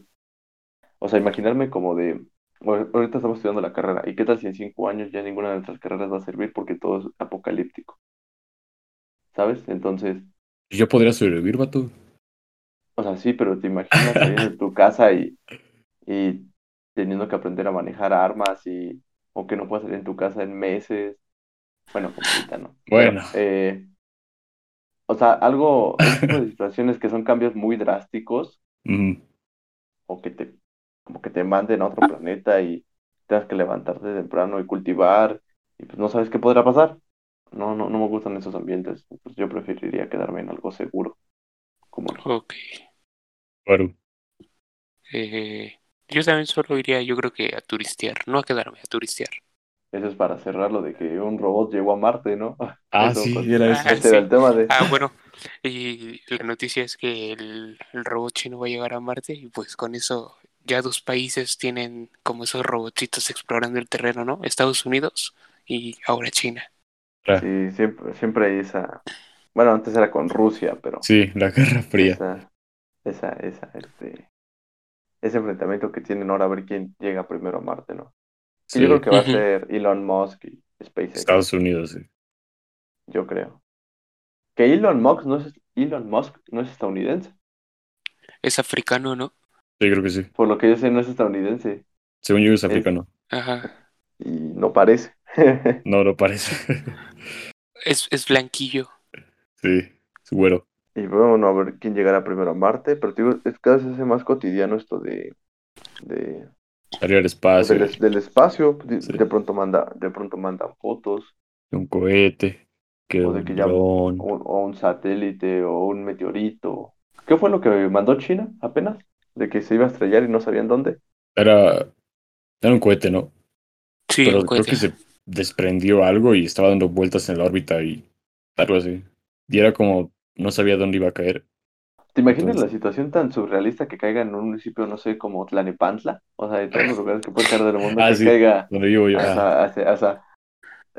o sea, imaginarme como de, bueno, ahorita estamos estudiando la carrera, ¿y qué tal si en cinco años ya ninguna de nuestras carreras va a servir porque todo es apocalíptico? ¿Sabes? Entonces, Ujú. Yo podría sobrevivir, vato. o sea, sí, pero te imaginas saliendo de tu casa y, y teniendo que aprender a manejar armas y, o que no puedas salir en tu casa en meses. Bueno, como ahorita, ¿no? Pero, Bueno. eh, o sea, algo, ese tipo de situaciones que son cambios muy drásticos. Ujú. o que te como que te manden a otro planeta y tengas que levantarte temprano y cultivar y pues no sabes qué podrá pasar. No, no, no me gustan esos ambientes. Pues yo preferiría quedarme en algo seguro. Como Ok. Bueno, Eh, yo también solo iría, yo creo que a turistear. No a quedarme, a turistear. eso es para cerrar lo de que un robot llegó a Marte, ¿no? [laughs] Ah, Eso, sí, pues, era eso. Ah, Este era el tema de Ah, bueno. Y la noticia es que el, el robot chino va a llegar a Marte y pues con eso ya dos países tienen como esos robotitos explorando el terreno, ¿no? Estados Unidos y ahora China. Ah. sí, siempre, siempre hay esa. Bueno, antes era con Rusia, pero Sí, la Guerra Fría. esa, esa, esa, este, ese enfrentamiento que tienen ahora a ver quién llega primero a Marte, ¿no? Que Sí, yo creo que va a Ujú. ser Elon Musk y SpaceX. Estados Unidos. sí. Yo creo. Que Elon Musk no es, Elon Musk no es estadounidense. Es africano, ¿no? Sí, creo que sí. Por lo que yo sé, no es estadounidense. Según yo es africano. Ajá. Y no parece. [laughs] No lo parece. [laughs] Es, es blanquillo. sí, es güero. y bueno, a ver quién llegará primero a Marte. Pero te digo, es cada vez se hace más cotidiano esto de, de pues, Salió al espacio, del, es- del espacio. De, Ah, Sí. de pronto manda, de pronto mandan fotos. un cohete, que O un de que ya- dron. O, o un satélite o un meteorito. ¿Qué fue lo que mandó China apenas? De que se iba a estrellar y no sabían dónde. Era, era un cohete, ¿no? Sí, pues, Pero un creo cohete. que se desprendió algo y estaba dando vueltas en la órbita y algo así. Y era como, no sabía dónde iba a caer. ¿Te imaginas Entonces- la situación tan surrealista que caiga en un municipio, no sé, como Tlanepantla? O sea, de [laughs] todos los lugares que puede caer del mundo, Ah, que sí. caiga Donde vivo yo. ah, hasta, hasta- hasta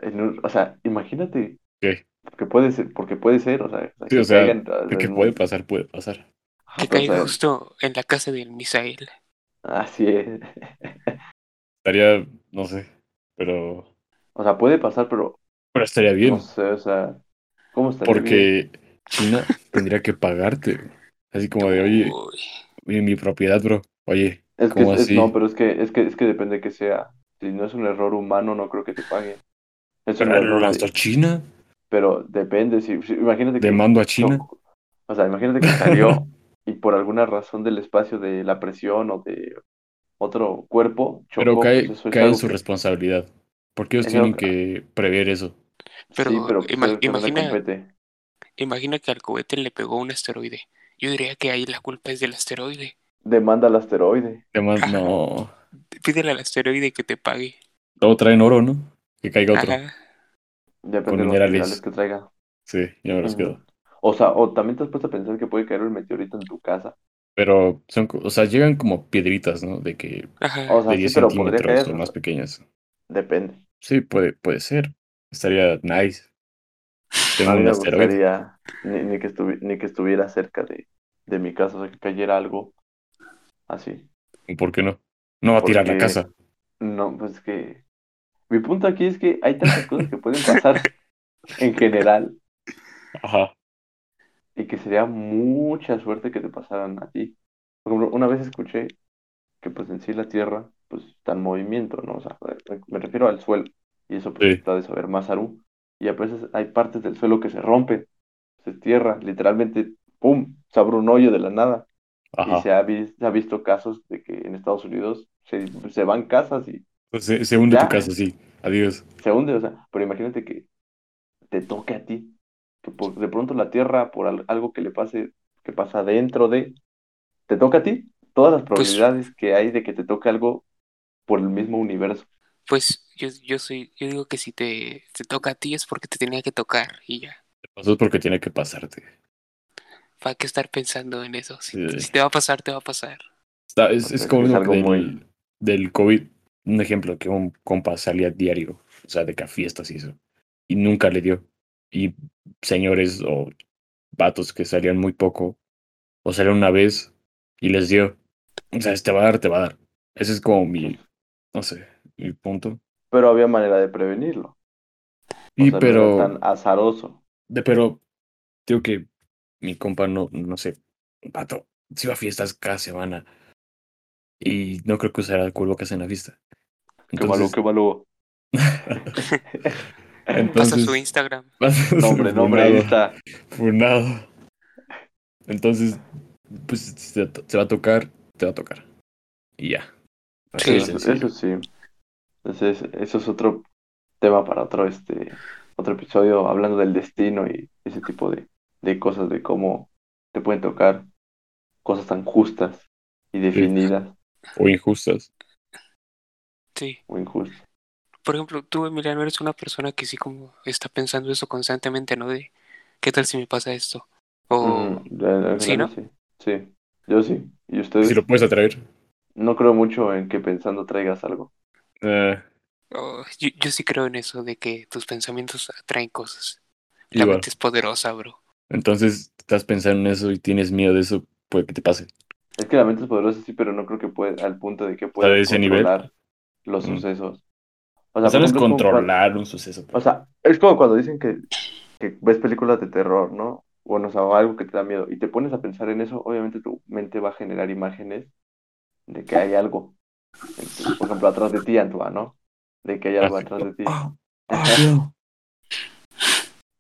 en un- o sea, imagínate. ¿Qué? Que puede ser, porque puede ser, o sea, Sí, o sea, caiga en- de que en- puede pasar, puede pasar. Ajá, pero, Que o caiga sea, justo en la casa del Misael. Así es. Estaría, no sé, pero, O sea, puede pasar, pero pero estaría bien. no sé, o sea, ¿cómo estaría? bien? Porque China tendría que pagarte. Así como de, oye, Uy, oye, mi propiedad, bro. Oye, Es que ¿cómo es- es- así? no, pero es que es que es que depende que sea. Si no es un error humano, no creo que te paguen. Es un pero error, de- hasta China. pero depende si, si- imagínate que Demando a China. No, O sea, imagínate que salió y por alguna razón del espacio de la presión o de otro cuerpo chocó. Pero cae, pues eso es cae en algo su que- responsabilidad. Porque ellos Es tienen algo que prever eso. Pero sí, pero pues, ima- es algo que no le imagina- compete. Imagina que al cohete le pegó un asteroide. Yo diría que ahí la culpa es del asteroide. Demanda al asteroide. [laughs] Además, Ajá. no. Pídele al asteroide que te pague. Luego traen oro, ¿no? Que caiga otro. Ajá. Depende Con de los minerales. minerales que traiga. Sí, ya me los Ujú. quedo. O sea, o también te has puesto a pensar que puede caer un meteorito en tu casa. Pero son, co- o sea, llegan como piedritas, ¿no? De que Ajá. O de sea, Ah, sí, 10 pero podría centímetros caer. o más pequeñas. Depende. Sí, puede, puede ser. Estaría nice. Tengo A mí un me asteroide. gustaría ni, ni que estuvi- ni que estuviera cerca de, de mi casa, o sea, que cayera algo así. ¿Por qué no? No va a tirar la Porque- casa. No, pues que mi punto aquí es que hay tantas cosas que pueden [laughs] pasar en general Ajá. y que sería mucha suerte que te pasaran a ti. Por ejemplo, una vez escuché que pues en sí la Tierra pues está en movimiento, ¿no? O sea, me- me refiero al suelo y eso pues Sí. está de saber más Aru. Y a veces hay partes del suelo que se rompen, se tierra, literalmente, ¡pum! se abre un hoyo de la nada. Y Ajá. se ha, vis- se ha visto casos de que en Estados Unidos se, se van casas y Pues Se, se hunde Ya. tu casa, sí. Adiós. se hunde, o sea, pero imagínate que te toque a ti, que por- de pronto la tierra, por al- algo que le pase, que pasa dentro de, te toca a ti, todas las Pues- probabilidades que hay de que te toque algo por el mismo universo. Pues yo, yo soy, yo digo que si te, te toca a ti es porque te tenía que tocar y ya. Te pasó porque tiene que pasarte. ¿Para qué estar pensando en eso? Si, Sí. si te va a pasar, te va a pasar. Está- es, Porque es como es lo que algo del, muy- del COVID. Un ejemplo que un compa salía diario, o sea, de que a fiestas y eso. Y nunca le dio. Y señores o vatos que salían muy poco, o salían una vez y les dio. O sea, te va a dar, te va a dar. Ese es como mi, no sé, mi punto. Pero había manera de prevenirlo. O Y sea, no era pero. tan azaroso. De, pero, digo que mi compa no, no sé, pato, si va a fiestas cada semana y no creo que usará cubrebocas en la fiesta. Qué malo, Entonces, qué [laughs] malo. Pasa su entonces, Instagram. Nombre, nombre, funado, Insta. funado. Entonces, pues si se, se va a tocar, te va a tocar. Y ya. Así Sí, de eso, sencillo. eso sí. Entonces, eso es otro tema para otro, este, otro episodio hablando del destino y ese tipo de, de cosas, de cómo te pueden tocar cosas tan justas y definidas O injustas. Sí. o injustas. Por ejemplo, tú, Emiliano, eres una persona que sí como está pensando eso constantemente, ¿no? De qué tal si me pasa esto. O Mm. Ujú, ya, en Sí, general, sí, Sí, yo sí. ¿Y ustedes? Si lo puedes atraer. No creo mucho en que pensando traigas algo. eh, o- yo, yo sí creo en eso, de que tus pensamientos atraen cosas. La igual. mente es poderosa, bro. Entonces, estás pensando en eso y tienes miedo de eso, puede que te pase. Es que la mente es poderosa, sí, pero no creo que pueda, al punto de que de puedas ese nivel. controlar los Mm. sucesos. O sea, por no es ejemplo, es como cuando- controlar un suceso. pues. O sea, es como cuando dicen que que ves películas de terror, ¿no? Bueno, o sea, o algo que te da miedo y te pones a pensar en eso, obviamente tu mente va a generar imágenes de que hay algo. Entonces, por ejemplo, atrás de ti, Antoine, ¿no? De que hay algo atrás de ti.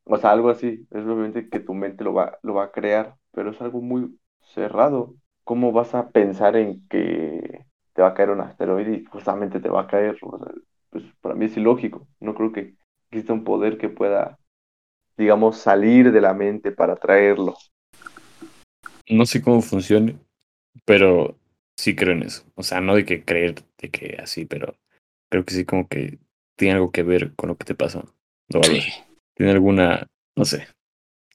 O sea, algo así. Es obviamente que tu mente lo va, lo va a crear, pero es algo muy cerrado. ¿Cómo vas a pensar en que te va a caer un asteroide y justamente te va a caer? O sea, pues para mí es ilógico. No creo que exista un poder que pueda, digamos, salir de la mente para traerlo. No sé cómo funcione, pero sí creo en eso. O sea, no de que creer de que así, pero creo que sí como que tiene algo que ver con lo que te pasa. No, algo así. Tiene alguna, no sé,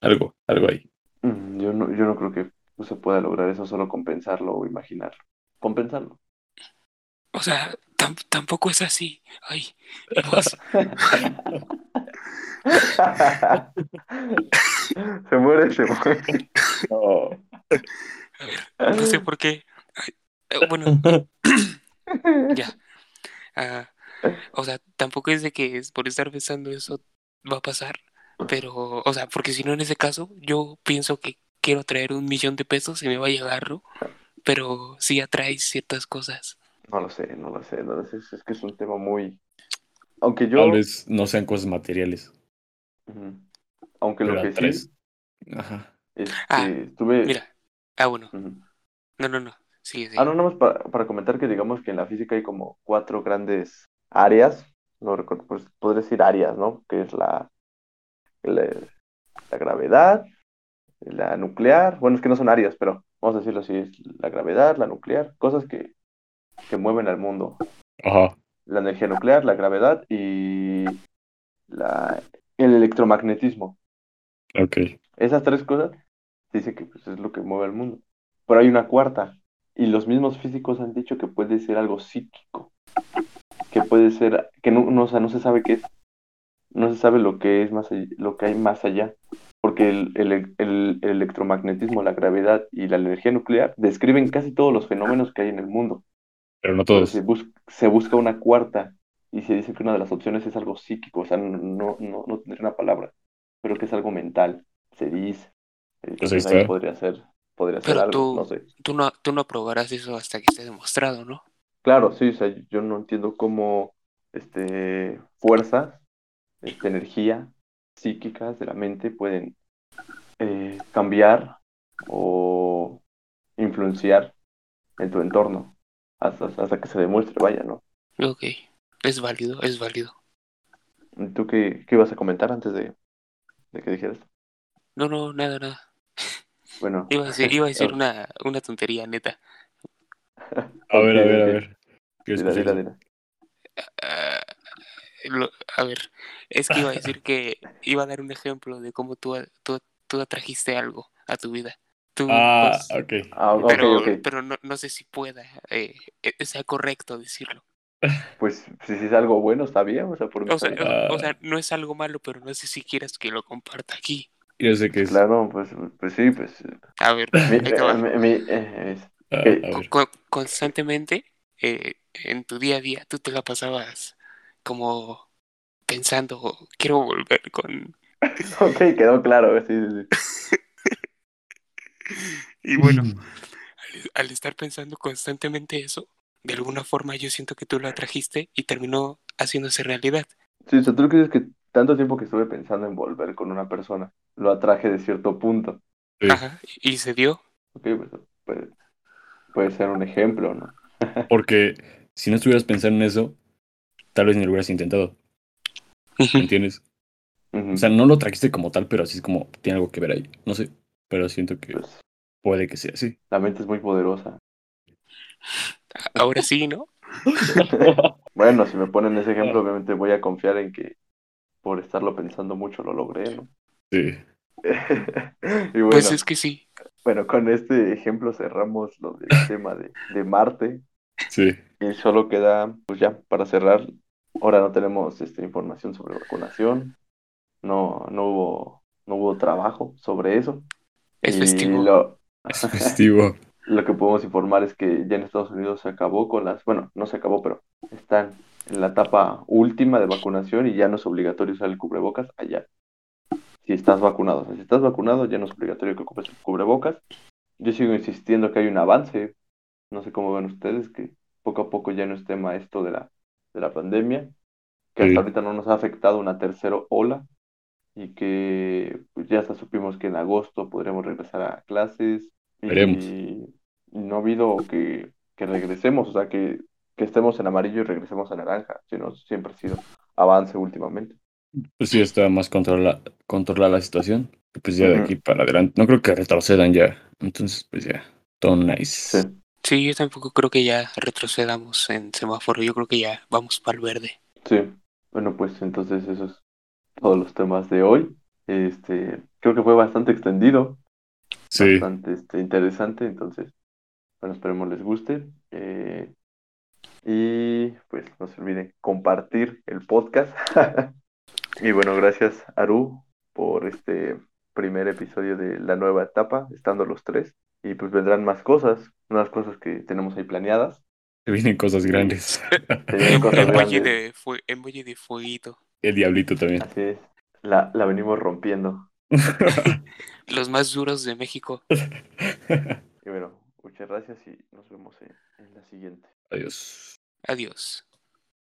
algo, algo ahí. Mm, Yo no, yo no creo que se pueda lograr eso solo con pensarlo o imaginarlo. Con [laughs] pensarlo. O sea, tam- tampoco es así. Ay, vos, se muere, se muere. No. no Ah. sé por qué. Ay, eh, bueno, ya. Ah, o sea, tampoco es de que es por estar pensando eso va a pasar. Pero, o sea, porque si no en ese caso, yo pienso que quiero traer un millón de pesos y me va a llegarlo. Pero sí atrae ciertas cosas. [laughs] No lo sé, no lo sé, no lo sé. Es es que es un tema muy. Aunque yo. Tal vez no sean cosas materiales. Ujú. Aunque Pero lo que atraes- sí Ajá. es que Ah, estuve. Mira. Ah, bueno. Ujú. No, no, no. Sigue, sigue. Ah, no, nada más para, para comentar que digamos que en la física hay como cuatro grandes áreas, no recuerdo, pues podría decir áreas, ¿no? Que es la, la, la gravedad, la nuclear, bueno, es que no son áreas, pero vamos a decirlo así, es la gravedad, la nuclear, cosas que, que mueven al mundo. Ajá. La energía nuclear, la gravedad y la, el electromagnetismo. Ok. Esas tres cosas dice que pues, es lo que mueve al mundo. Pero hay una cuarta. Y los mismos físicos han dicho que puede ser algo psíquico. Que puede ser, que no, no, o sea, no se sabe qué es. No se sabe lo que es más allá- lo que hay más allá. Porque el, el- el- el electromagnetismo, la gravedad y la energía nuclear describen casi todos los fenómenos que hay en el mundo. Pero no Pero todos. se, bus- se busca una cuarta y se dice que una de las opciones es algo psíquico, o sea, no, no, no, no tendría una palabra, pero que es algo mental, se dice. Pues ahí Entonces ahí está. podría ser, podría ser Pero algo, tú- no sé. Tú no, tú no aprobarás eso hasta que esté demostrado, ¿no? Claro, sí, o sea, yo no entiendo cómo este, fuerzas, este, energía psíquicas de la mente pueden eh, cambiar o influenciar en tu entorno hasta, hasta que se demuestre, vaya, ¿no? Ok, es válido, es válido. ¿Tú qué, qué ibas a comentar antes de, de que dijeras? No, no, nada, nada. Bueno, Iba a decir, iba [laughs] a decir una, una tontería, neta. A ver, a ok, ver, a ok. ver. pues, Quiero dila, dila, escuchar dila. Ah, lo- a ver, es que iba a decir que iba a dar un ejemplo de cómo tú, tú, tú atrajiste algo a tu vida. Tú, Ah, pues, ok. Ah, ok, pero, ok. pero no, no sé si pueda, eh, eh, sea correcto decirlo. Pues si es algo bueno, está bien, o sea, por mí O está sea, bien. Ah. o, o sea, no es algo malo, pero no sé si quieras que lo comparta aquí. Yo sé que es. Claro, pues, pues sí, pues... eh, A ver, [laughs] mi- ahí te va. eh, mi- eh, es- Ah, Ok. a ver. co- constantemente eh, en tu día a día tú te la pasabas como pensando "Oh, quiero volver con [laughs] Ok, quedó claro, eh, sí, sí, sí. y bueno al, al estar pensando constantemente eso de alguna forma yo siento que tú lo atrajiste y terminó haciéndose realidad Sí, o sea, tú lo que dices es que tanto tiempo que estuve pensando en volver con una persona, lo atraje de cierto punto. Sí. Ajá, y se dio Ok, pues puede, puede ser un ejemplo, ¿no? Porque si no estuvieras pensando en eso, tal vez ni lo hubieras intentado. ¿Me entiendes? Ujú. O sea, no lo trajiste como tal, pero así es como tiene algo que ver ahí. No sé. Pero siento que Pues, puede que sea [laughs] así. la mente es muy poderosa. [laughs] ahora [laughs] sí no Bueno, si me ponen ese ejemplo, obviamente voy a confiar en que por estarlo pensando mucho lo logré, ¿no? Sí. [laughs] y bueno, pues es que sí bueno, con este ejemplo cerramos lo [laughs] del tema de, de Marte Sí. y solo queda, pues ya, para cerrar, ahora no tenemos este, información sobre vacunación, no, no hubo, no hubo trabajo sobre eso. es y festivo lo, Es festivo. lo que podemos informar es que ya en Estados Unidos se acabó con las, bueno, no se acabó, pero están en la etapa última de vacunación y ya no es obligatorio usar el cubrebocas allá. si estás vacunado. O sea, si estás vacunado, ya no es obligatorio que ocupes el cubrebocas. Yo sigo insistiendo que hay un avance, no sé cómo ven ustedes, que poco a poco ya no es tema esto de la, de la pandemia, que Sí. hasta ahorita no nos ha afectado una tercera ola y que pues, ya hasta supimos que en agosto podremos regresar a clases. y- Veremos. Y no ha habido que, que regresemos, o sea, que, que estemos en amarillo y regresemos a naranja, sino siempre ha sido avance últimamente. Pues sí, está más controla- controlada la situación. y Pues ya de Ujú. aquí para adelante. No creo que retrocedan ya. Entonces, pues ya. Todo nice. Sí. Sí, yo tampoco creo que ya retrocedamos en semáforo. Yo creo que ya vamos para [laughs] el verde. Sí, bueno, pues entonces esos es todos los temas de hoy. Este, creo que fue bastante extendido, Sí, [laughs] bastante este, interesante, entonces, bueno, esperemos les guste. eh, y pues no se olviden compartir el podcast. [laughs] Y bueno, gracias Aru por este primer episodio de la nueva etapa, estando los tres. Y pues vendrán más cosas, unas cosas que tenemos ahí planeadas. se vienen cosas grandes. Se [laughs] vienen cosas Emoji grandes. de, fue- emoji de fueguito. El diablito también. [laughs] Así es, la, la venimos rompiendo. Los más duros de México. Y bueno, muchas gracias y nos vemos en, en la siguiente. Adiós. Adiós.